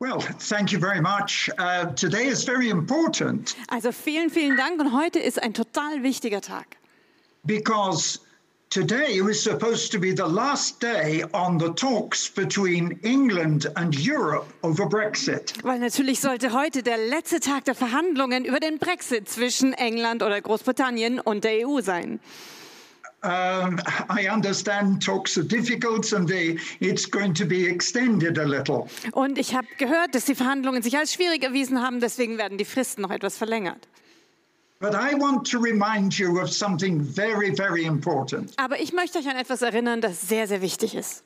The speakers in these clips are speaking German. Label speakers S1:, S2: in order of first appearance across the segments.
S1: Well, thank you very much. Uh, today is very important
S2: Also vielen, vielen Dank und heute ist ein total wichtiger Tag.
S1: because today was supposed to be the last day on the talks between England and Europe over Brexit.
S2: Weil natürlich sollte heute der letzte Tag der Verhandlungen über den Brexit zwischen England oder Großbritannien und der EU sein.
S1: Um, I understand talks are difficult and they, it's going to be extended a little.
S2: Und ich habe gehört, dass die Verhandlungen sich als schwierig erwiesen haben, deswegen werden die Fristen noch etwas verlängert.
S1: But I want to remind you of something very, very important.
S2: Aber ich möchte euch an etwas erinnern, das sehr, sehr wichtig ist.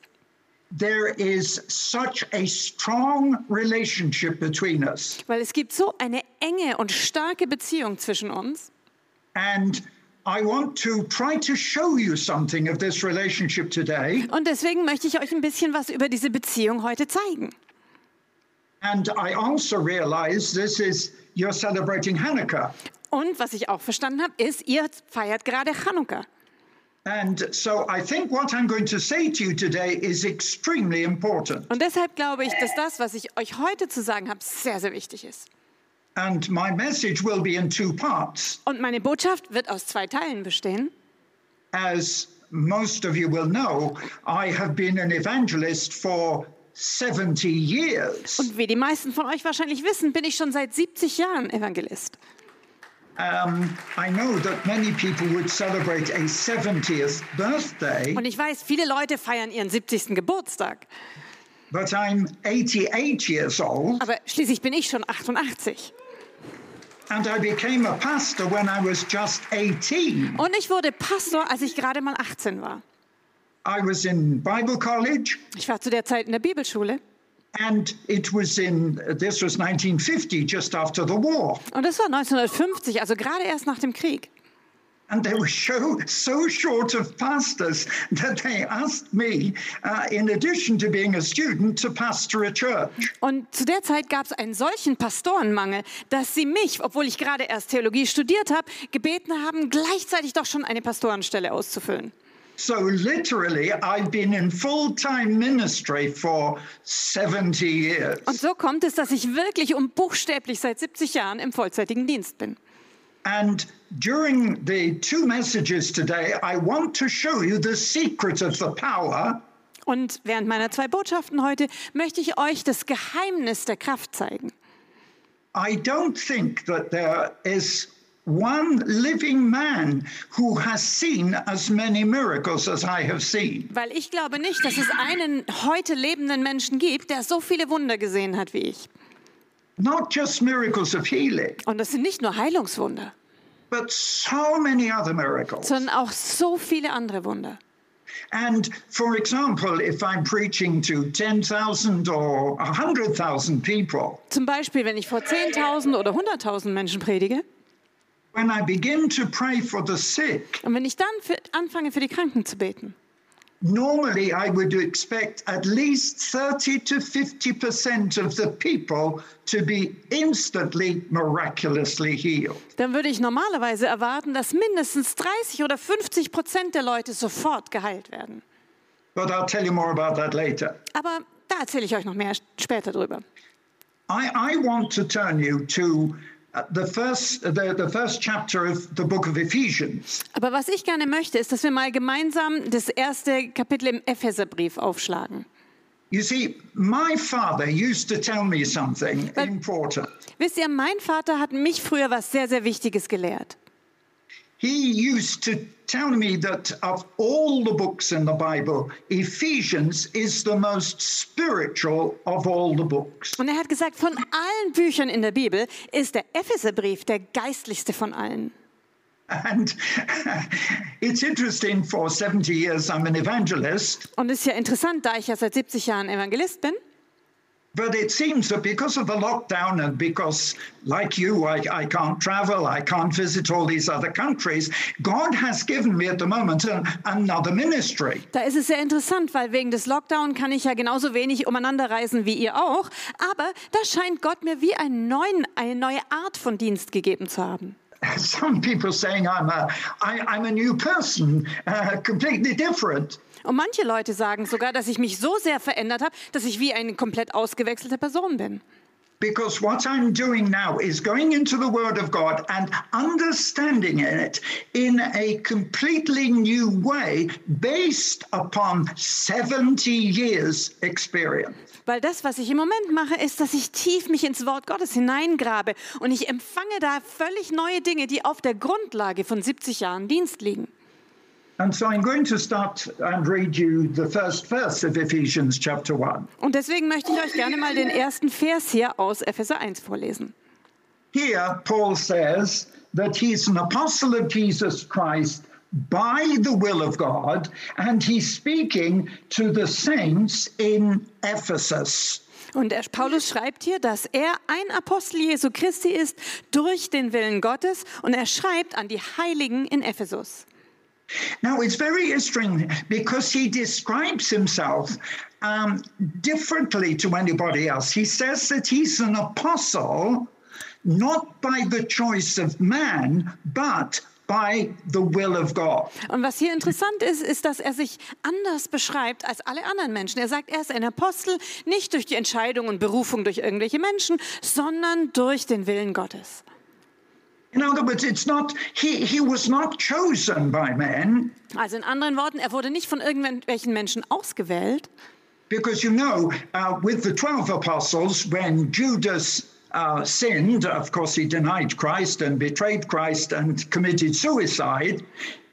S1: There is such a strong relationship between us.
S2: Weil es gibt so eine enge und starke Beziehung zwischen uns.
S1: And I want to try to show you something of this relationship today.
S2: Und deswegen möchte ich euch ein bisschen was über diese Beziehung heute zeigen.
S1: And I also realize this is, you're celebrating Hanukkah.
S2: Und was ich auch verstanden habe, ist, ihr feiert gerade Chanukka.
S1: And so I think what I'm going to say to you today is extremely important.
S2: Und deshalb glaube ich, dass das, was ich euch heute zu sagen habe, sehr, sehr wichtig ist.
S1: And my message will be in two parts.
S2: Und meine Botschaft wird aus zwei Teilen bestehen.
S1: As most of you will know, I have been an evangelist for 70 years.
S2: Und wie die meisten von euch wahrscheinlich wissen, bin ich schon seit 70 Jahren Evangelist.
S1: I know that many people would celebrate a 70th birthday,
S2: Und ich weiß, viele Leute feiern ihren 70. Geburtstag.
S1: but I'm 88 years old.
S2: Aber schließlich bin ich schon 88.
S1: And I became a pastor when I was just 18.
S2: Und ich wurde Pastor, als ich gerade mal 18 war.
S1: I was in Bible college,
S2: Ich war zu der Zeit in der Bibelschule.
S1: and it was in, this was 1950, just after the war.
S2: Und das war 1950, also gerade erst nach dem Krieg.
S1: And they were so, so short of pastors that they asked me, uh, in addition to being a student, to pastor a church.
S2: Und zu der Zeit gab es einen solchen Pastorenmangel, dass sie mich, obwohl ich gerade erst Theologie studiert habe, gebeten haben, gleichzeitig doch schon eine Pastorenstelle auszufüllen.
S1: So literally, I've been in full time ministry for 70 years.
S2: Und so kommt es, dass ich wirklich und buchstäblich seit 70 Jahren im vollzeitigen Dienst bin.
S1: And during the two messages today, I want to show you the secret of the power
S2: Und während meiner zwei Botschaften heute möchte ich euch das Geheimnis der Kraft zeigen.
S1: I don't think that there is one living man who has seen as many miracles as I have seen.
S2: Weil ich glaube nicht, dass es einen heute lebenden Menschen gibt, der so viele Wunder gesehen hat wie ich.
S1: Not just miracles of healing,
S2: Und das sind nicht nur Heilungswunder,
S1: but so many other miracles.
S2: sondern auch so viele andere Wunder.
S1: And for example, if I'm preaching to 10,000 or 100,000 people,
S2: Zum Beispiel, wenn ich vor 10.000 oder 100.000 Menschen predige
S1: when I begin to pray for the sick,
S2: und wenn ich dann für, anfange, für die Kranken zu beten,
S1: normally I would expect at least 30 to 50% of the people to be instantly miraculously healed.
S2: dann würde ich normalerweise erwarten, dass mindestens 30 oder 50 Prozent der Leute sofort geheilt werden.
S1: But I'll tell you more about that later.
S2: Aber da erzähle ich euch noch mehr später drüber.
S1: I, I want to turn you to uh, the first, the, the first chapter of the book of Ephesians.
S2: Aber was ich gerne möchte, ist, dass wir mal gemeinsam das erste Kapitel im Epheserbrief aufschlagen.
S1: You see, my father used to tell me something important.
S2: Wisst ihr, mein Vater hat mich früher was sehr, sehr Wichtiges gelehrt.
S1: He used to tell me that of all the books in the Bible, Ephesians is the most spiritual of all the books.
S2: Und er hat gesagt, von allen Büchern in der Bibel ist der Epheserbrief der geistlichste von allen.
S1: And it's interesting for 70 years I'm an evangelist,
S2: Und es ist ja interessant, da ich ja seit 70 Jahren Evangelist bin.
S1: but it seems that because of the lockdown and because, like you, I, I can't travel, I can't visit all these other countries, God has given me at the moment an, another ministry.
S2: Da ist es sehr interessant, weil wegen des Lockdown kann ich ja genauso wenig umeinander reisen wie ihr auch. Aber da scheint Gott mir wie einen neuen, eine neue Art von Dienst gegeben zu haben.
S1: some people saying I'm a, I, I'm a new person, uh, completely different.
S2: Und manche Leute sagen sogar, dass ich mich so sehr verändert habe, dass ich wie eine komplett ausgewechselte Person bin.
S1: Because what I'm doing now is going into the Word of God and understanding it in a completely new way based upon 70 years' experience.
S2: Weil das, was ich im Moment mache, ist, dass ich tief mich ins Wort Gottes hineingrabe und ich empfange da völlig neue Dinge, die auf der Grundlage von 70 Jahren Dienst liegen.
S1: And so I'm going to start and read you the first verse of Ephesians chapter 1.
S2: Und deswegen möchte ich euch gerne mal den ersten Vers hier aus Epheser 1 vorlesen.
S1: Here, Paul says that he's an apostle of Jesus Christ by the will of God, and he's speaking to the saints in Ephesus.
S2: Und er, Paulus schreibt hier, dass er ein Apostel Jesu Christi ist durch den Willen Gottes und er schreibt an die Heiligen in Ephesus.
S1: Now, it's very interesting because he describes himself um, differently to anybody else. He says that he's an apostle not by the choice of man, but by the will of God.
S2: Und was hier interessant ist, ist, dass er sich anders beschreibt als alle anderen Menschen. Er sagt, er ist ein Apostel nicht durch die Entscheidung und Berufung durch irgendwelche Menschen, sondern durch den Willen Gottes.
S1: In other words, it's not he, he was not chosen by men
S2: Also in anderen Worten, er wurde nicht von irgendwelchen Menschen ausgewählt.
S1: because you know, uh, with the 12 apostles, when Judas uh, sinned, of course, he denied Christ and betrayed Christ and committed suicide.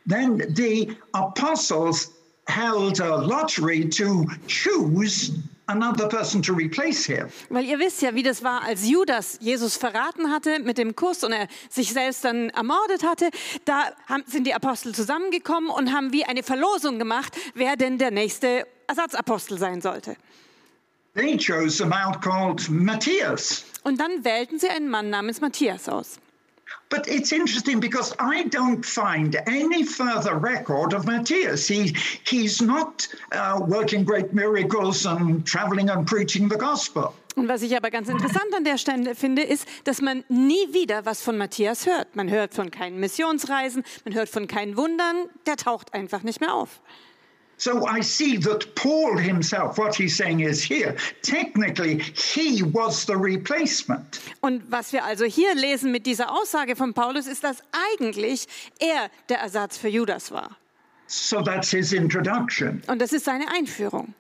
S1: Then the apostles held a lottery to choose another person to replace him.
S2: Weil ihr wisst ja, wie das war, als Judas Jesus verraten hatte mit dem Kuss und er sich selbst dann ermordet hatte. Da haben, sind die Apostel zusammengekommen und haben wie eine Verlosung gemacht, wer denn der nächste Ersatzapostel sein sollte.
S1: They chose a man called Matthias.
S2: Und dann wählten sie einen Mann namens Matthias aus.
S1: But it's interesting because I don't find any further record of Matthias. He, he's not uh, working great miracles and traveling and preaching the gospel.
S2: Und was ich aber ganz interessant an der Stelle finde, ist, dass man nie wieder was von Matthias hört. Man hört von keinen Missionsreisen, man hört von keinen Wundern, der taucht einfach nicht mehr auf.
S1: So I see that Paul himself, what he's saying is here, technically, he was the replacement.
S2: Und was wir also hier lesen mit dieser Aussage von Paulus, ist, dass eigentlich er der Ersatz für Judas war.
S1: So that's his introduction.
S2: Und das ist seine Einführung.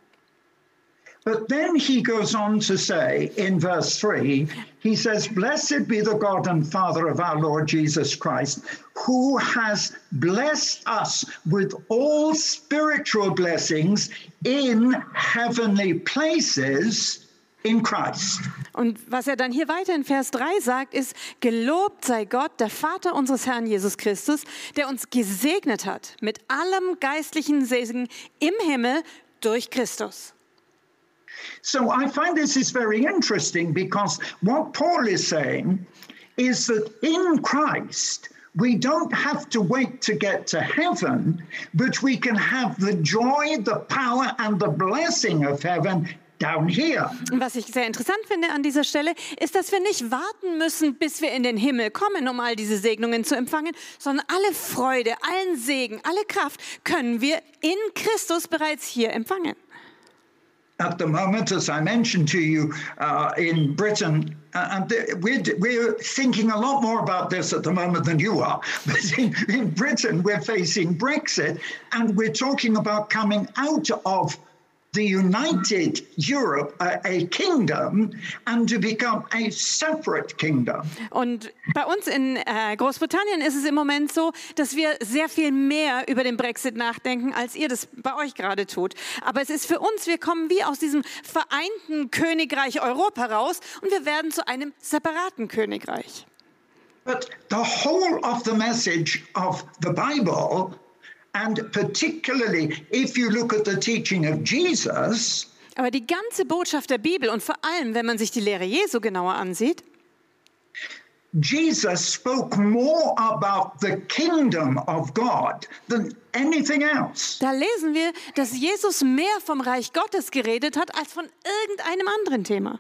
S1: But then he goes on to say in verse 3, he says, Blessed be the God and Father of our Lord Jesus Christ, who has blessed us with all spiritual blessings in heavenly places in Christ.
S2: Und was er dann hier weiter in Vers 3 sagt, ist, gelobt sei Gott, der Vater unseres Herrn Jesus Christus, der uns gesegnet hat mit allem geistlichen Segen im Himmel durch Christus.
S1: So I find this is very interesting because what Paul is saying is that in Christ, we don't have to wait to get to heaven, but we can have the joy, the power, and the blessing of heaven down here.
S2: Und was ich sehr interessant finde an dieser Stelle, ist, dass wir nicht warten müssen, bis wir in den Himmel kommen, um all diese Segnungen zu empfangen, sondern alle Freude, allen Segen, alle Kraft können wir in Christus bereits hier empfangen.
S1: At the moment, as I mentioned to you uh, in Britain, uh, and th- we're, d- we're thinking a lot more about this at the moment than you are. But in, in Britain, we're facing Brexit and we're talking about coming out of the United Europe, a, a kingdom, and to become a separate kingdom.
S2: Und bei uns in äh, Großbritannien ist es im Moment so, dass wir sehr viel mehr über den Brexit nachdenken, als ihr das bei euch gerade tut. Aber es ist für uns, wir kommen wie aus diesem vereinten Königreich Europa raus und wir werden zu einem separaten Königreich.
S1: But the whole of the message of the Bible, and particularly if you look at the teaching of Jesus,
S2: Aber die ganze Botschaft der Bibel und vor allem, wenn man sich die Lehre Jesu genauer ansieht,
S1: Jesus spoke more about the kingdom of God than anything else.
S2: da lesen wir, dass Jesus mehr vom Reich Gottes geredet hat als von irgendeinem anderen Thema.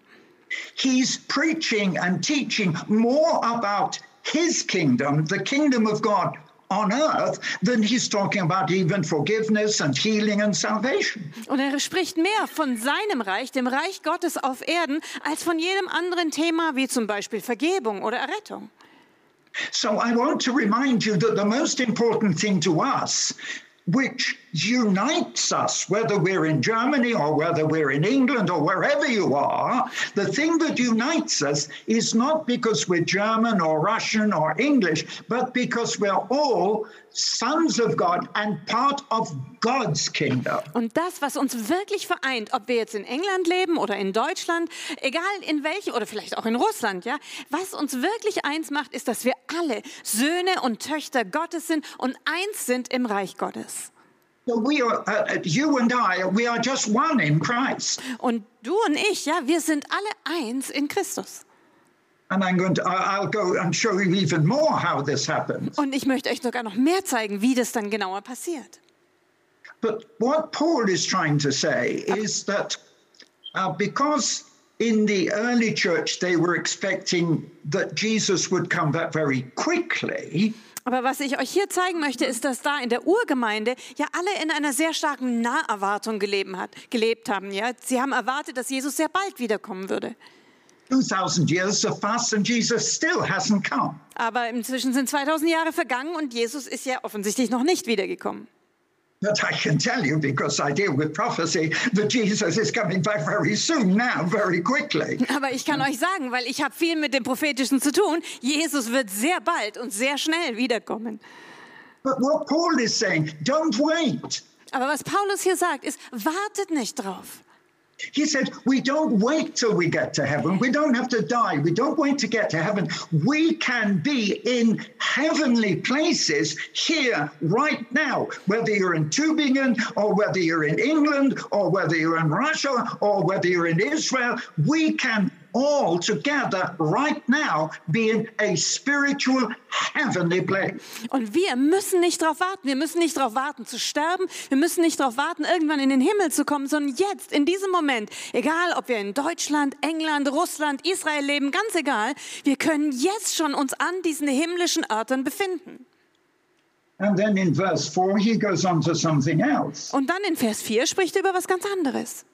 S1: He's preaching and teaching more about his kingdom, the kingdom of God on earth, then he's talking about even forgiveness and healing and salvation.
S2: Und er spricht mehr von seinem Reich, dem Reich Gottes auf Erden, als von jedem anderen Thema, wie zum Beispiel Vergebung oder Errettung.
S1: So I want to remind you that the most important thing to us, which unites us, whether we're in Germany or whether we're in England or wherever you are, the thing that unites us is not because we're German or Russian or English, but because we're all sons of God and part of God's kingdom.
S2: Und das, was uns wirklich vereint, ob wir jetzt in England leben oder in Deutschland, egal in welchem oder vielleicht auch in Russland, ja, was uns wirklich eins macht, ist, dass wir alle Söhne und Töchter Gottes sind und eins sind im Reich Gottes.
S1: So we are, uh, you and I, we are just one in Christ.
S2: Und du und ich, ja, wir sind alle eins in Christus.
S1: And I'm going to, I- I'll go and show you even more how this happens.
S2: Und ich möchte euch sogar noch mehr zeigen, wie das dann genauer passiert.
S1: But what Paul is trying to say is that uh, because in the early church they were expecting that Jesus would come back very quickly,
S2: Aber was ich euch hier zeigen möchte, ist, dass da in der Urgemeinde ja alle in einer sehr starken Naherwartung gelebt, hat, gelebt haben. Ja? Sie haben erwartet, dass Jesus sehr bald wiederkommen würde.
S1: 2,000 years have passed and Jesus still hasn't come.
S2: Aber inzwischen sind 2000 Jahre vergangen und Jesus ist ja offensichtlich noch nicht wiedergekommen.
S1: But I can tell you, because I deal with prophecy, that Jesus is coming back very soon now, very quickly.
S2: Aber ich kann euch sagen, weil ich habe viel mit dem Prophetischen zu tun, Jesus wird sehr bald und sehr schnell wiederkommen.
S1: But what Paul is saying, don't wait.
S2: Aber was Paulus hier sagt, ist, wartet nicht drauf.
S1: He said, We don't wait till we get to heaven. We don't have to die. We don't wait to get to heaven. We can be in heavenly places here, right now, whether you're in Tübingen or whether you're in England or whether you're in Russia or whether you're in Israel. We can all together right now be in a spiritual heavenly place.
S2: Und wir müssen nicht darauf warten. Wir müssen nicht darauf warten zu sterben. Wir müssen nicht darauf warten, irgendwann in den Himmel zu kommen, sondern jetzt, in diesem Moment, egal ob wir in Deutschland, England, Russland, Israel leben, ganz egal, wir können jetzt schon uns an diesen himmlischen Örtern befinden.
S1: And then in verse 4, he goes on to something else.
S2: Und dann in Vers 4 spricht er über was ganz anderes.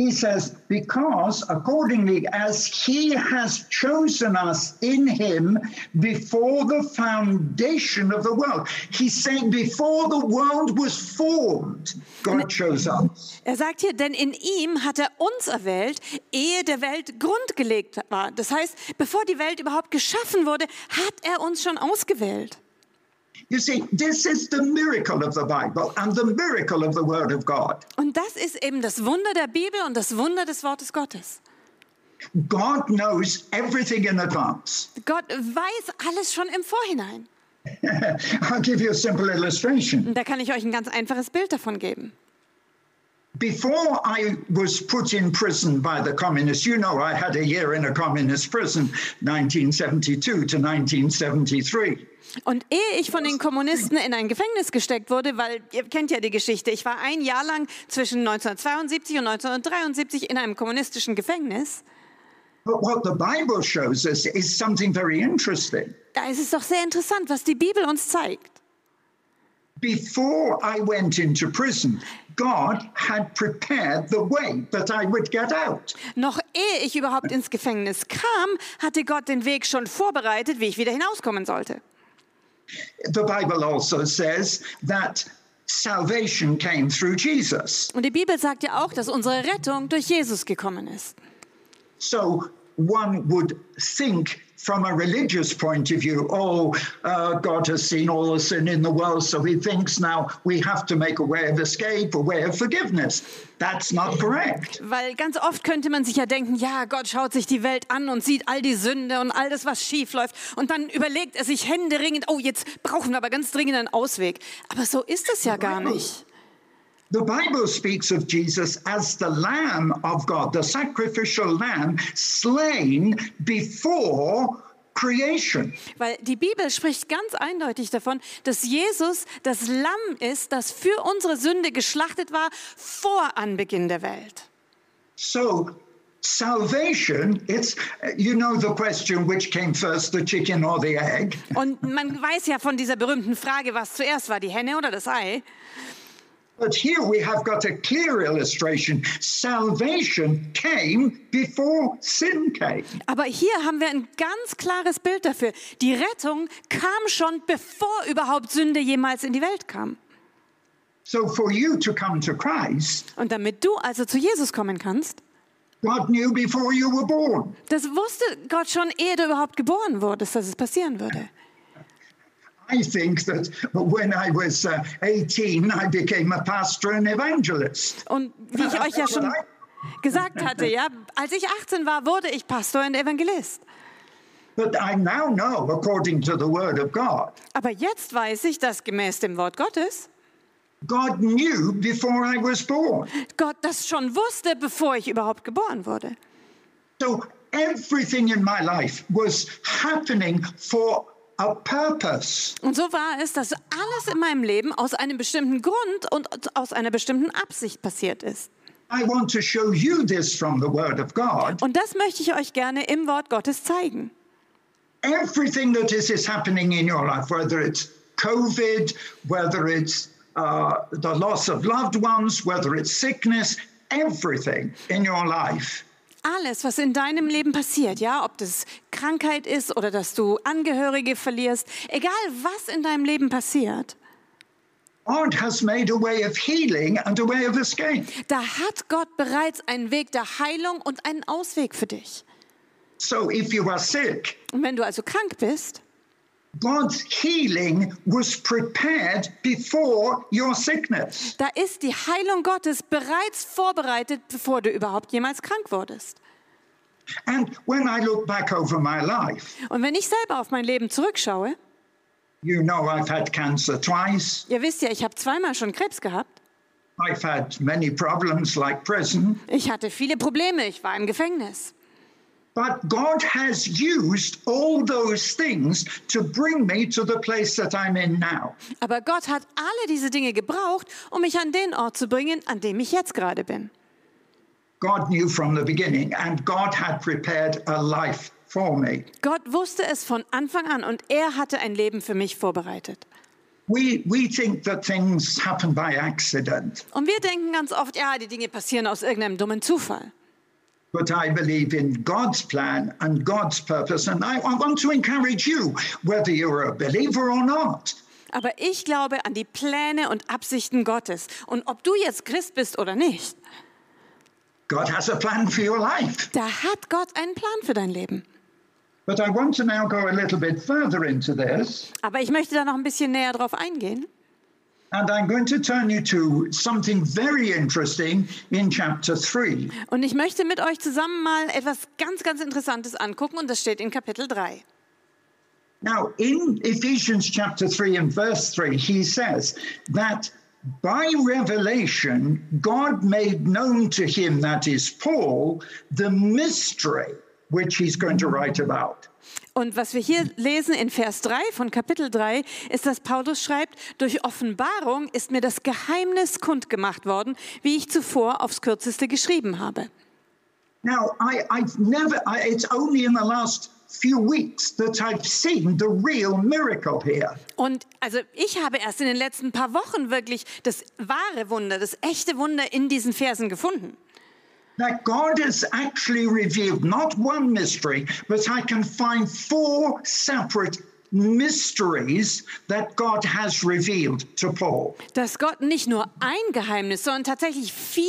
S1: He says, Because accordingly as he has chosen us in him before the foundation of the world. He's saying, Before the world was formed, God chose us.
S2: Er sagt hier, denn in ihm hat er uns erwählt, ehe der Welt grundgelegt war. Das heißt, bevor die Welt überhaupt geschaffen wurde, hat er uns schon ausgewählt.
S1: You see, this is the miracle of the Bible and the miracle of the Word of God.
S2: Und das ist eben das Wunder der Bibel und das Wunder des Wortes Gottes.
S1: God knows everything in advance.
S2: Gott weiß alles schon im Vorhinein.
S1: I'll give you a simple illustration.
S2: Und da kann ich euch ein ganz einfaches Bild davon geben.
S1: Before I was put in prison by the communists, you know, I had a year in a communist prison, 1972 to 1973.
S2: Und ehe ich von den Kommunisten in ein Gefängnis gesteckt wurde, weil ihr kennt ja die Geschichte, ich war ein Jahr lang zwischen 1972 und 1973 in einem kommunistischen Gefängnis,
S1: But what the Bible shows us is something very interesting.
S2: da ist es doch sehr interessant, was die Bibel uns zeigt.
S1: Before I went into prison, God had prepared the way that I would get out.
S2: Noch ehe ich überhaupt ins Gefängnis kam, hatte Gott den Weg schon vorbereitet, wie ich wieder hinauskommen sollte.
S1: The Bible also says that salvation came through Jesus.
S2: Und die Bibel sagt ja auch, dass unsere Rettung durch Jesus gekommen ist.
S1: So one would think from a religious point of view, oh, uh, God has seen all the sin in the world, so he thinks now we have to make a way of escape, a way of forgiveness. That's not correct.
S2: Weil ganz oft könnte man sich ja denken, ja, Gott schaut sich die Welt an und sieht all die Sünde und all das, was schief läuft. Und dann überlegt er sich händeringend, oh, jetzt brauchen wir aber ganz dringend einen Ausweg. Aber so ist es ja gar nicht.
S1: The Bible speaks of Jesus as the Lamb of God, the sacrificial Lamb slain before creation.
S2: Weil die Bibel spricht ganz eindeutig davon, dass Jesus das Lamm ist, das für unsere Sünde geschlachtet war vor Anbeginn der Welt.
S1: So salvation, it's, you know, the question which came first, the chicken or the egg.
S2: Und man weiß ja von dieser berühmten Frage, was zuerst war, die Henne oder das Ei.
S1: But here we have got a clear illustration. Salvation came before sin came.
S2: Aber hier haben wir ein ganz klares Bild dafür. Die Rettung kam schon, bevor überhaupt Sünde jemals in die Welt kam.
S1: So for you to come to Christ,
S2: Und damit du also zu Jesus kommen kannst,
S1: God knew before you were born.
S2: das wusste Gott schon, ehe du überhaupt geboren wurdest, dass es passieren würde.
S1: I think that when I was uh, 18, I became a pastor and evangelist.
S2: Und wie ich euch ja schon gesagt hatte, ja, als ich 18 war, wurde ich Pastor und Evangelist.
S1: But I now know, according to the Word of God,
S2: Aber jetzt weiß ich, dass gemäß dem Wort Gottes
S1: God knew before I was born.
S2: Gott das schon wusste, bevor ich überhaupt geboren wurde.
S1: So everything in my life was happening for a purpose.
S2: Und so war es, dass alles in meinem Leben aus einem bestimmten Grund und aus einer bestimmten Absicht passiert ist.
S1: I want to show you this from the Word of God.
S2: Und das möchte ich euch gerne im Wort Gottes zeigen.
S1: Everything that is, is happening in your life, whether it's COVID, whether it's uh, the loss of loved ones, whether it's sickness, everything in your life
S2: Alles, was in deinem Leben passiert, ja, ob das Krankheit ist oder dass du Angehörige verlierst, egal was in deinem Leben passiert,
S1: God has made a way of healing and a way of escape.
S2: da hat Gott bereits einen Weg der Heilung und einen Ausweg für dich.
S1: So if you are sick,
S2: Und wenn du also krank bist,
S1: God's healing was prepared before your sickness.
S2: da ist die Heilung Gottes bereits vorbereitet, bevor du überhaupt jemals krank wurdest.
S1: And when I look back over my life,
S2: Und wenn ich selber auf mein Leben zurückschaue,
S1: you know I've had cancer twice.
S2: ihr wisst ja, ich habe zweimal schon Krebs gehabt.
S1: I've had many problems like prison,
S2: Ich hatte viele Probleme, ich war im Gefängnis.
S1: but God has used all those things to bring me to the place that I'm in now.
S2: Aber Gott hat alle diese Dinge gebraucht, um mich an den Ort zu bringen, an dem ich jetzt gerade bin.
S1: God knew from the beginning, and God had prepared a life for me.
S2: Gott wusste es von Anfang an und er hatte ein Leben für mich vorbereitet.
S1: We, we think that things happen by accident,
S2: Und wir denken ganz oft, ja, die Dinge passieren aus irgendeinem dummen Zufall.
S1: but I believe in God's plan and God's purpose. And I, I want to encourage you, whether you're a believer or not,
S2: Aber ich glaube an die Pläne und Absichten Gottes. Und ob du jetzt Christ bist oder nicht,
S1: God has a plan for your life.
S2: da hat Gott einen Plan für dein Leben.
S1: But I want to now go a little bit further into this,
S2: Aber ich möchte da noch ein bisschen näher drauf eingehen.
S1: and I'm going to turn you to something very interesting in chapter 3.
S2: Und ich möchte mit euch zusammen mal etwas ganz, ganz Interessantes angucken. Und das steht in Kapitel 3.
S1: Now, in Ephesians chapter 3 and verse 3, he says that by revelation, God made known to him, that is Paul, the mystery which he's going to write about.
S2: Und was wir hier lesen in Vers 3 von Kapitel 3, ist, dass Paulus schreibt, durch Offenbarung ist mir das Geheimnis kundgemacht worden, wie ich zuvor aufs kürzeste geschrieben habe.
S1: Now, I, I've never, I, it's only in the last few weeks that I've seen the real miracle here.
S2: Und also ich habe erst in den letzten paar Wochen wirklich das wahre Wunder, das echte Wunder in diesen Versen gefunden.
S1: That God has actually revealed not one mystery, but I can find four separate mysteries that God has revealed to Paul.
S2: Dass Gott nicht nur ein Geheimnis, sondern tatsächlich vier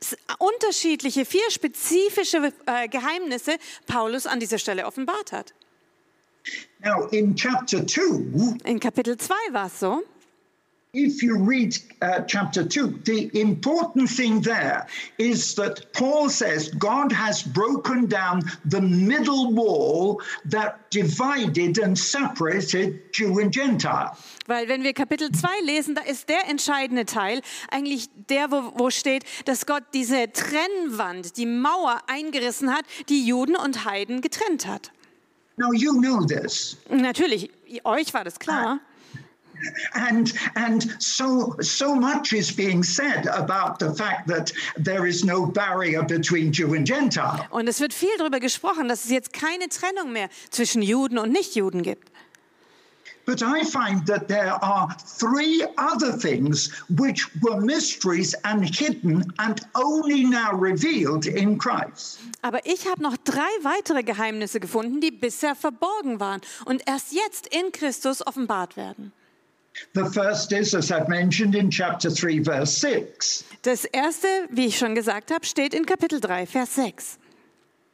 S2: s- unterschiedliche, vier spezifische äh, Geheimnisse Paulus an dieser Stelle offenbart hat.
S1: Now, in chapter 2,
S2: In Kapitel 2 war es so,
S1: if you read uh, chapter 2, the important thing there is that Paul says God has broken down the middle wall that divided and separated Jew and Gentile.
S2: Weil wenn wir Kapitel 2 lesen, da ist der entscheidende Teil eigentlich der, wo, wo steht, dass Gott diese Trennwand, die Mauer eingerissen hat, die Juden und Heiden getrennt hat.
S1: Now, you know this.
S2: Natürlich, euch war das klar.
S1: And and so so much is being said about the fact that there is no barrier between Jew and Gentile.
S2: Und es wird viel darüber gesprochen, dass es jetzt keine Trennung mehr zwischen Juden und Nichtjuden gibt.
S1: But I find that there are three other things which were mysteries and hidden and only now revealed in Christ.
S2: Aber ich habe noch drei weitere Geheimnisse gefunden, die bisher verborgen waren und erst jetzt in Christus offenbart werden.
S1: The first is, as I've mentioned, in chapter 3, verse 6,
S2: Das erste, wie ich schon gesagt habe, steht in Kapitel 3, Vers 6.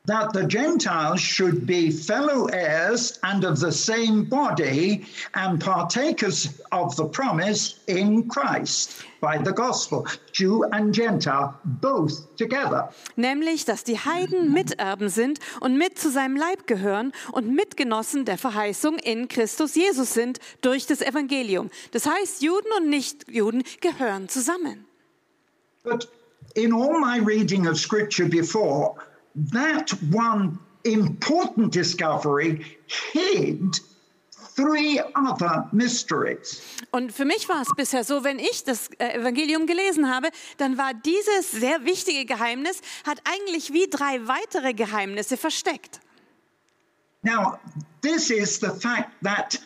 S1: that the Gentiles should be fellow heirs and of the same body and partakers of the promise in Christ by the gospel, Jew and Gentile, both together.
S2: Nämlich, dass die Heiden Miterben sind und mit zu seinem Leib gehören und Mitgenossen der Verheißung in Christus Jesus sind durch das Evangelium. Das heißt, Juden und Nichtjuden gehören zusammen.
S1: But in all my reading of scripture before, that one important discovery hid three other mysteries.
S2: Und für mich war es bisher so, wenn ich das äh, Evangelium gelesen habe, dann war dieses sehr wichtige Geheimnis, hat eigentlich wie drei weitere Geheimnisse versteckt.
S1: Now, this is the fact that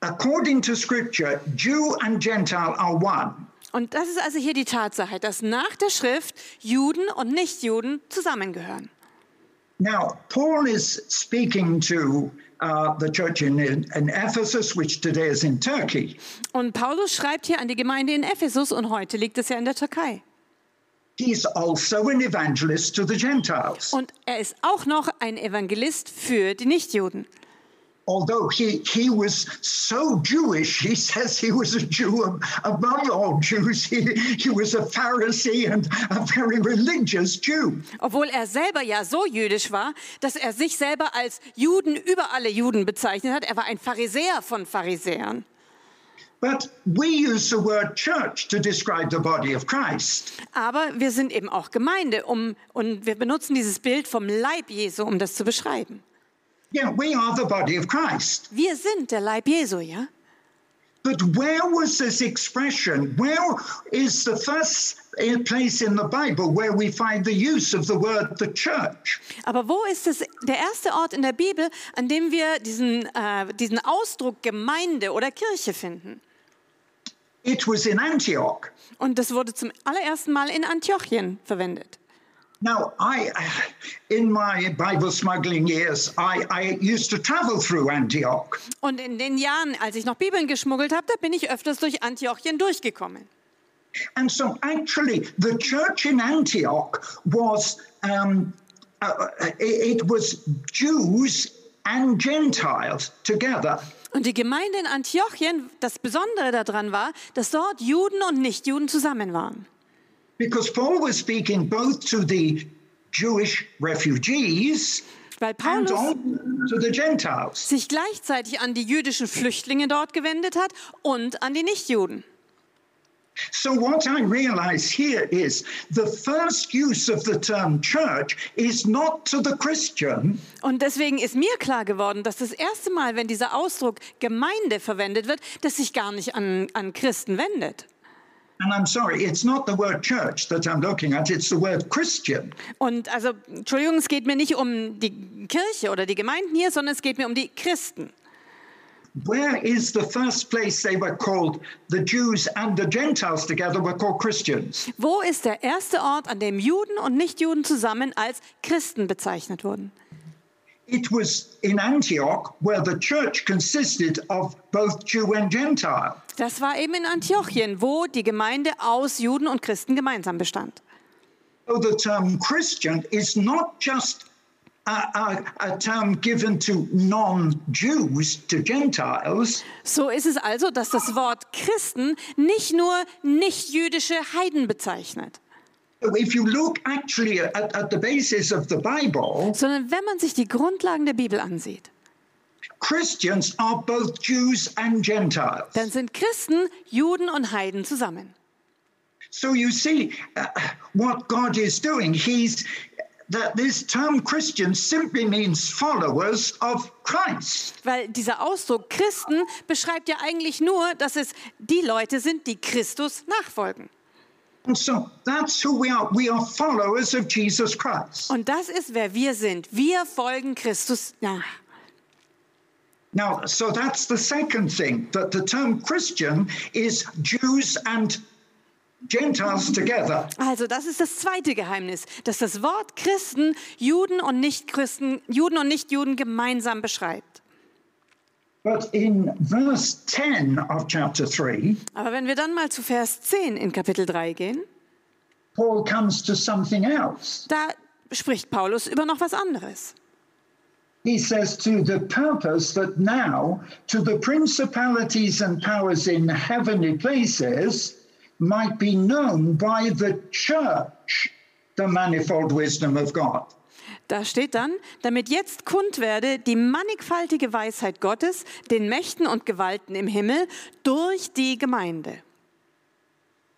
S1: according to scripture, Jew and Gentile are one.
S2: Und das ist also hier die Tatsache, dass nach der Schrift Juden und Nichtjuden zusammengehören.
S1: Now, Paul is speaking to uh, the church in, in, in Ephesus, which today is in Turkey.
S2: Und Paulus schreibt hier an die Gemeinde in Ephesus und heute liegt es ja in der Türkei.
S1: He's also an evangelist to the Gentiles,
S2: Und er ist auch noch ein Evangelist für die Nichtjuden.
S1: although he, he was so Jewish, he says he was a Jew ab- above all Jews. He, he was a Pharisee and a very religious Jew.
S2: Obwohl er selber ja so jüdisch war, dass er sich selber als Juden über alle Juden bezeichnet hat. Er war ein Pharisäer von Pharisäern.
S1: But we use the word church to describe the body of Christ.
S2: Aber wir sind eben auch Gemeinde um, und wir benutzen dieses Bild vom Leib Jesu, um das zu beschreiben.
S1: Yeah, we are the body of Christ.
S2: Wir sind der Leib Jesu, ja?
S1: But where was this expression? Where is the first eh, place in the Bible where we find the use of the word the church?
S2: Aber wo ist es der erste Ort in der Bibel, an dem wir diesen, äh, diesen Ausdruck Gemeinde oder Kirche finden?
S1: It was in Antioch.
S2: Und das wurde zum allerersten Mal in Antiochien verwendet.
S1: Now, I, eh, in my Bible smuggling years, I, I used to travel through Antioch.
S2: Und in den Jahren, als ich noch Bibeln geschmuggelt habe, da bin ich öfters durch Antiochien durchgekommen.
S1: And so, actually, the church in Antioch was um, uh, it, it was Jews and Gentiles together.
S2: Und die Gemeinde in Antiochien, das Besondere daran war, dass dort Juden und Nichtjuden zusammen waren.
S1: Because Paul was speaking both to the Jewish refugees
S2: Weil
S1: and
S2: Paulus
S1: on to the Gentiles.
S2: sich gleichzeitig an die jüdischen Flüchtlinge dort gewendet hat und an die Nichtjuden.
S1: So, what I realize here is the first use of the term church is not to the Christian,
S2: Und deswegen ist mir klar geworden, dass das erste Mal, wenn dieser Ausdruck Gemeinde verwendet wird, das sich gar nicht an, an Christen wendet.
S1: and I'm sorry, it's not the word church that I'm looking at, it's the word Christian.
S2: Und also, Entschuldigung, es geht mir nicht um die Kirche oder die Gemeinden hier, sondern es geht mir um die Christen.
S1: Where is the first place they were called the Jews and the Gentiles together were called Christians?
S2: Wo ist der erste Ort, an dem Juden und Nichtjuden zusammen als Christen bezeichnet wurden?
S1: It was in Antioch where the church consisted of both Jew and Gentile.
S2: Das war eben in Antiochien, wo die Gemeinde aus Juden und Christen gemeinsam bestand.
S1: So the term Christian is not just a, a, a term given to non Jews, to Gentiles,
S2: So ist es also, dass das Wort Christen nicht nur nichtjüdische Heiden bezeichnet.
S1: if you look actually at, at the basis of the Bible,
S2: sondern wenn man sich die Grundlagen der Bibel ansieht,
S1: Christians are both Jews and Gentiles.
S2: dann sind Christen, Juden und Heiden zusammen.
S1: So you see uh, what God is doing. He's that this term Christian simply means followers of Christ.
S2: Weil dieser Ausdruck Christen beschreibt ja eigentlich nur, dass es die Leute sind, die Christus nachfolgen.
S1: And so that's who we are. We are followers of Jesus Christ.
S2: Und das ist, wer wir sind. Wir folgen Christus nach.
S1: Now, so that's the second thing that the term Christian is Jews and Gentiles together.
S2: Also das ist das zweite Geheimnis, dass das Wort Christen Juden und Nichtchristen, Juden und Nichtjuden gemeinsam beschreibt.
S1: But in verse 10 of chapter 3,
S2: Aber wenn wir dann mal zu Vers 10 in Kapitel 3 gehen,
S1: Paul comes to something else.
S2: da spricht Paulus über noch was anderes.
S1: He says, To the purpose that now, to the principalities and powers in heavenly places, might be known by the church the manifold wisdom of God.
S2: Da steht dann, damit jetzt kund werde die mannigfaltige Weisheit Gottes, den Mächten und Gewalten im Himmel durch die Gemeinde.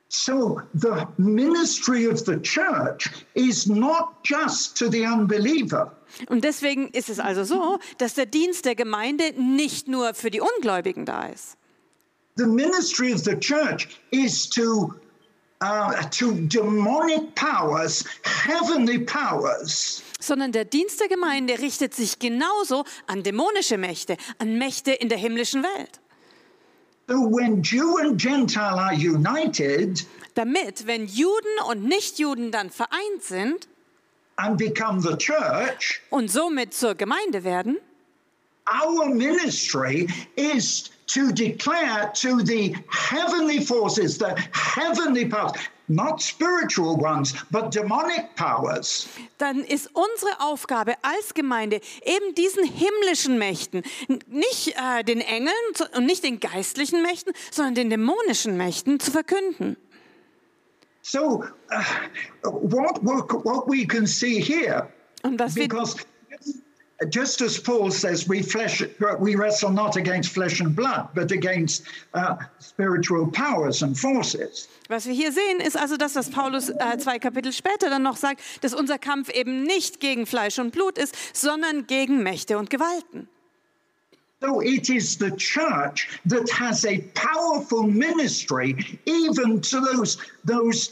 S1: So the ministry of the church is not just to the unbeliever.
S2: Und deswegen ist es also so, dass der Dienst der Gemeinde nicht nur für die Ungläubigen da ist.
S1: The ministry of the church is to uh, to demonic powers, heavenly powers,
S2: sondern der Dienst der Gemeinde richtet sich genauso an dämonische Mächte, an Mächte in der himmlischen Welt.
S1: So when Jew and Gentile are united
S2: Damit, wenn Juden und Nichtjuden dann vereint sind
S1: and become the church,
S2: und somit zur Gemeinde werden,
S1: our ministry is to declare to the heavenly forces, the heavenly powers, not spiritual ones, but demonic powers,
S2: dann ist unsere Aufgabe als Gemeinde eben diesen himmlischen Mächten, n- nicht äh, den Engeln zu- und nicht den geistlichen Mächten, sondern den dämonischen Mächten zu verkünden.
S1: So, uh, what, what, what we can see here,
S2: Und was wir
S1: because just as Paul says, we, flesh, we wrestle not against flesh and blood, but against uh, spiritual powers and forces.
S2: Was wir hier sehen, ist also das, was Paulus äh, zwei Kapitel später dann noch sagt, dass unser Kampf eben nicht gegen Fleisch und Blut ist, sondern gegen Mächte und Gewalten.
S1: So it is the church that has a powerful ministry, even to those, those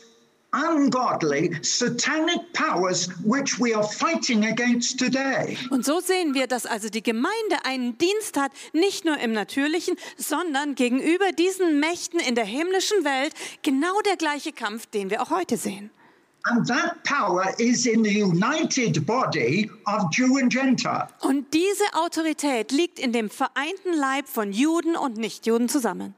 S1: ungodly, satanic powers which we are fighting against today.
S2: Und so sehen wir, dass also die Gemeinde einen Dienst hat, nicht nur im Natürlichen, sondern gegenüber diesen Mächten in der himmlischen Welt genau der gleiche Kampf, den wir auch heute sehen.
S1: And that power is in the united body of Jew and Gentile.
S2: Und diese Autorität liegt in dem vereinten Leib von Juden und Nichtjuden zusammen.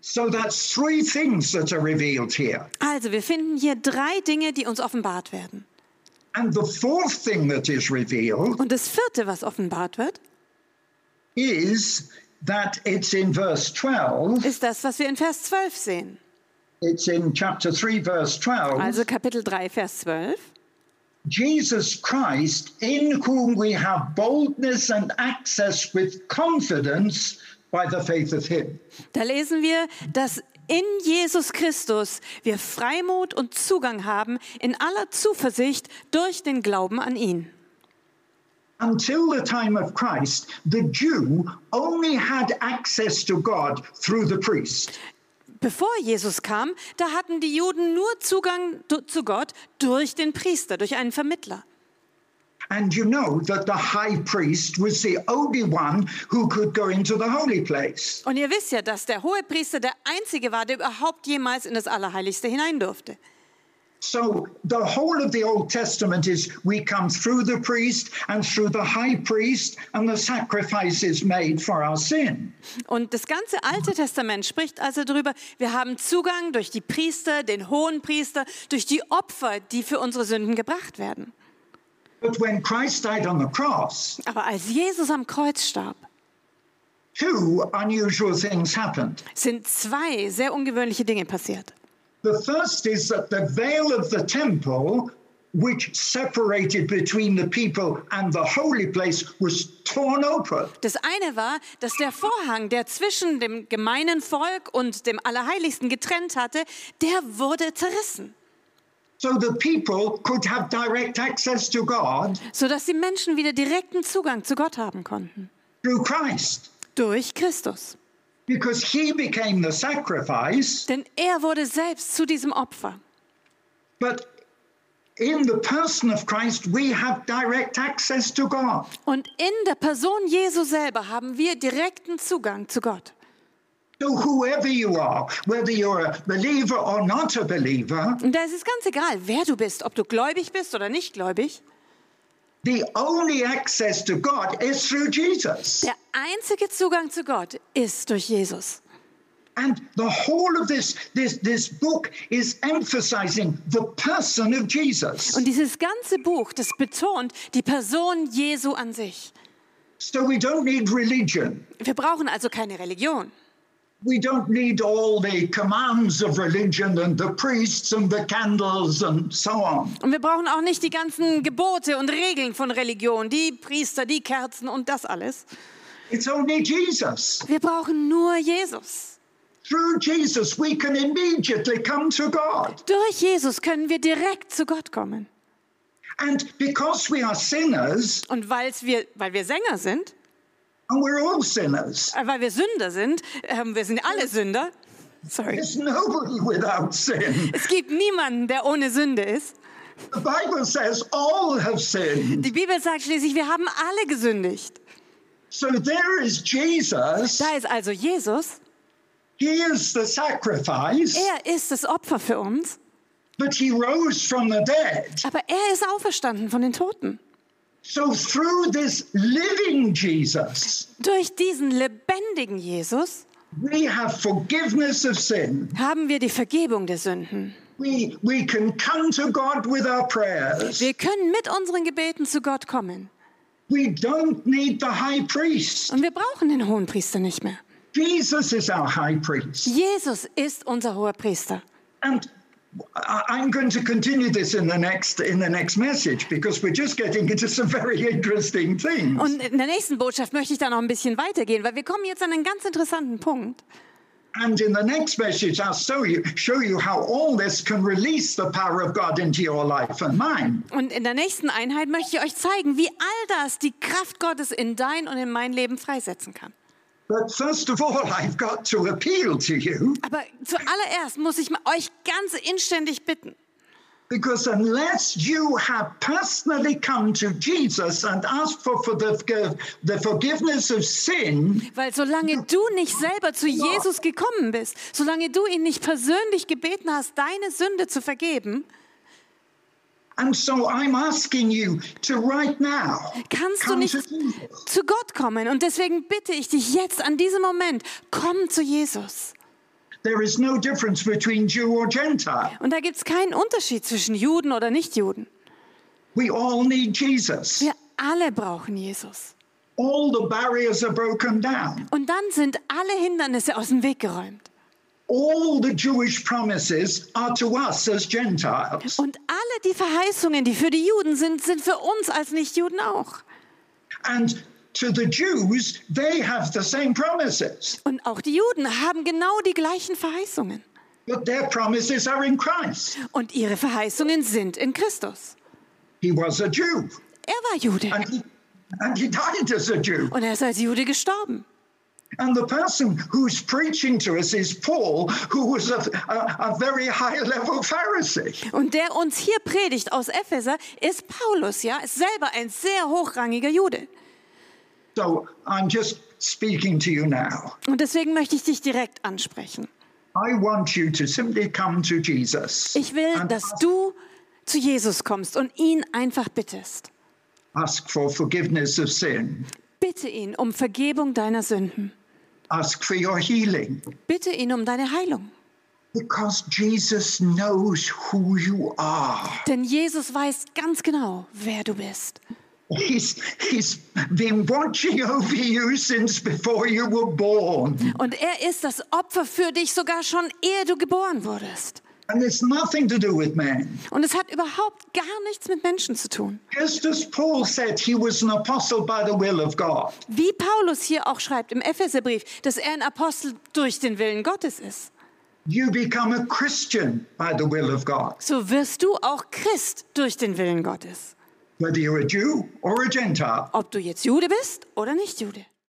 S1: So that's three things that are revealed here.
S2: Also wir finden hier drei Dinge, die uns offenbart werden.
S1: And the fourth thing that is revealed
S2: Und das vierte, was offenbart wird,
S1: is that it's in verse 12,
S2: ist das, was wir in Vers 12 sehen.
S1: it's in chapter 3, verse 12.
S2: Also Kapitel 3, Vers 12.
S1: Jesus Christ, in whom we have boldness and access with confidence by the faith of Him.
S2: Da lesen wir, dass in Jesus Christus wir Freimut und Zugang haben in aller Zuversicht durch den Glauben an ihn.
S1: Until the time of Christ, the Jew only had access to God through the priest.
S2: Bevor Jesus kam, da hatten die Juden nur Zugang du- zu Gott durch den Priester, durch einen Vermittler.
S1: And you know that the high priest was the only one who could go into the holy place.
S2: Und ihr wisst ja, dass der Hohepriester der einzige war, der überhaupt jemals in das Allerheiligste hinein durfte.
S1: So the whole of the Old Testament is we come through the priest and through the high priest, and the sacrifice is made for our sin.
S2: Und das ganze Alte Testament spricht also darüber, wir haben Zugang durch die Priester, den hohen Priester, durch die Opfer, die für unsere Sünden gebracht werden.
S1: But when Christ died on the cross,
S2: Aber als Jesus am Kreuz starb,
S1: two unusual things happened.
S2: sind zwei sehr ungewöhnliche Dinge passiert.
S1: The first is that the veil of the temple, which separated between the people and the holy place, was torn open.
S2: Das eine war, dass der Vorhang, der zwischen dem gemeinen Volk und dem Allerheiligsten getrennt hatte, der wurde zerrissen.
S1: so the people could have direct access to God
S2: sodass die Menschen wieder direkten Zugang zu Gott haben konnten.
S1: through Christ.
S2: Durch Christus.
S1: Because he became the sacrifice,
S2: Denn er wurde selbst zu diesem Opfer.
S1: but in the person of Christ, we have direct access to God.
S2: Und in der Person Jesu selber haben wir direkten Zugang zu Gott.
S1: So, whoever you are, whether you're a believer or not a believer,
S2: Und da ist es ganz egal, wer du bist, ob du gläubig bist oder nicht gläubig.
S1: the only access to God is through Jesus.
S2: Der einzige Zugang zu Gott ist durch Jesus.
S1: And the whole of this, this, this book is emphasizing the person of Jesus.
S2: Und dieses ganze Buch, das betont die Person Jesu an sich.
S1: So we don't need religion.
S2: Wir brauchen also keine Religion.
S1: We don't need all the commands of religion and the priests and the candles and so on.
S2: Und wir brauchen auch nicht die ganzen Gebote und Regeln von Religion, die Priester, die Kerzen und das alles.
S1: It's only Jesus.
S2: Wir brauchen nur Jesus.
S1: Through Jesus, we can immediately come to God.
S2: Durch Jesus können wir direkt zu Gott kommen.
S1: And because we are sinners,
S2: Und weil's wir, weil wir Sänger sind,
S1: and we're all sinners,
S2: äh, weil wir Sünder sind, ähm, wir sind alle Sünder. Sorry.
S1: there's nobody without sin.
S2: Es gibt niemanden, der ohne Sünde ist.
S1: The Bible says all have sinned.
S2: Die Bibel sagt schließlich, wir haben alle gesündigt.
S1: So there is Jesus.
S2: Da ist also Jesus.
S1: He is the sacrifice,
S2: Er ist das Opfer für uns,
S1: but he rose from the dead.
S2: aber er ist auferstanden von den Toten.
S1: So through this living Jesus,
S2: Durch diesen lebendigen Jesus
S1: we have forgiveness of sin.
S2: haben wir die Vergebung der Sünden.
S1: We, we can come to God with our prayers.
S2: Wir können mit unseren Gebeten zu Gott kommen.
S1: We don't need the high priest.
S2: Und wir brauchen den Hohenpriester nicht mehr.
S1: Jesus is our high priest.
S2: Jesus ist unser hoher Priester.
S1: And I- I'm going to continue this in the next in the next message because we're just getting into some very interesting things.
S2: Und in der nächsten Botschaft möchte ich da noch ein bisschen weitergehen, weil wir kommen jetzt an einen ganz interessanten Punkt.
S1: And in the next message, I'll show you, show you how all this can release the power of God into your life and mine.
S2: Und in der nächsten Einheit möchte ich euch zeigen, wie all das die Kraft Gottes in dein und in mein Leben freisetzen kann.
S1: But first of all, I've got to appeal to you
S2: Aber zuallererst muss ich mal euch ganz inständig bitten,
S1: because unless you have personally come to Jesus and asked for, for the, forg- the forgiveness of sin,
S2: weil solange du nicht selber zu Jesus gekommen bist, solange du ihn nicht persönlich gebeten hast, deine Sünde zu vergeben,
S1: and so I'm asking you to right now
S2: kannst du
S1: come
S2: nicht
S1: to Jesus.
S2: zu Gott kommen. Und deswegen bitte ich dich jetzt an diesem Moment, komm zu Jesus.
S1: There is no difference between Jew or Gentile.
S2: Und da gibt es keinen Unterschied zwischen Juden oder Nichtjuden.
S1: We all need Jesus.
S2: Wir alle brauchen Jesus.
S1: All the barriers are broken down.
S2: Und dann sind alle Hindernisse aus dem Weg geräumt.
S1: all the Jewish promises are to us as Gentiles.
S2: Und alle die Verheißungen, die für die Juden sind, sind für uns als Nichtjuden auch.
S1: And to the Jews, they have the same promises,
S2: Und auch die Juden haben genau die gleichen Verheißungen.
S1: but their promises are in Christ.
S2: Und ihre Verheißungen sind in Christus.
S1: He was a Jew
S2: Er war Jude
S1: and he, and he died as a Jew.
S2: und er ist als Jude gestorben.
S1: And the person who's preaching to us is Paul, who was a, a, a very high level Pharisee.
S2: Und der uns hier predigt aus Epheser ist Paulus, ja, ist selber ein sehr hochrangiger Jude.
S1: So I'm just speaking to you now.
S2: Und deswegen möchte ich dich direkt ansprechen.
S1: I want you to simply come to Jesus.
S2: Ich will,
S1: and
S2: dass du zu Jesus kommst und ihn einfach bittest.
S1: ask for forgiveness of sin,
S2: Bitte ihn um Vergebung deiner Sünden.
S1: ask for your healing.
S2: Bitte ihn um deine Heilung.
S1: Because Jesus knows who you are.
S2: Denn Jesus weiß ganz genau, wer du bist.
S1: He's, he's been watching over you since before you were born.
S2: Und er ist das Opfer für dich sogar schon, ehe du geboren wurdest.
S1: And it's nothing to do with man.
S2: Und es hat überhaupt gar nichts mit Menschen zu tun.
S1: Just as Paul said, he was an apostle by the will of God.
S2: Wie Paulus hier auch schreibt im Epheserbrief, dass er ein Apostel durch den Willen Gottes ist.
S1: you become a Christian by the will of God,
S2: so wirst du auch Christ durch den Willen Gottes.
S1: whether you're a Jew or a Gentile.
S2: Ob du jetzt Jude bist oder nicht Jude.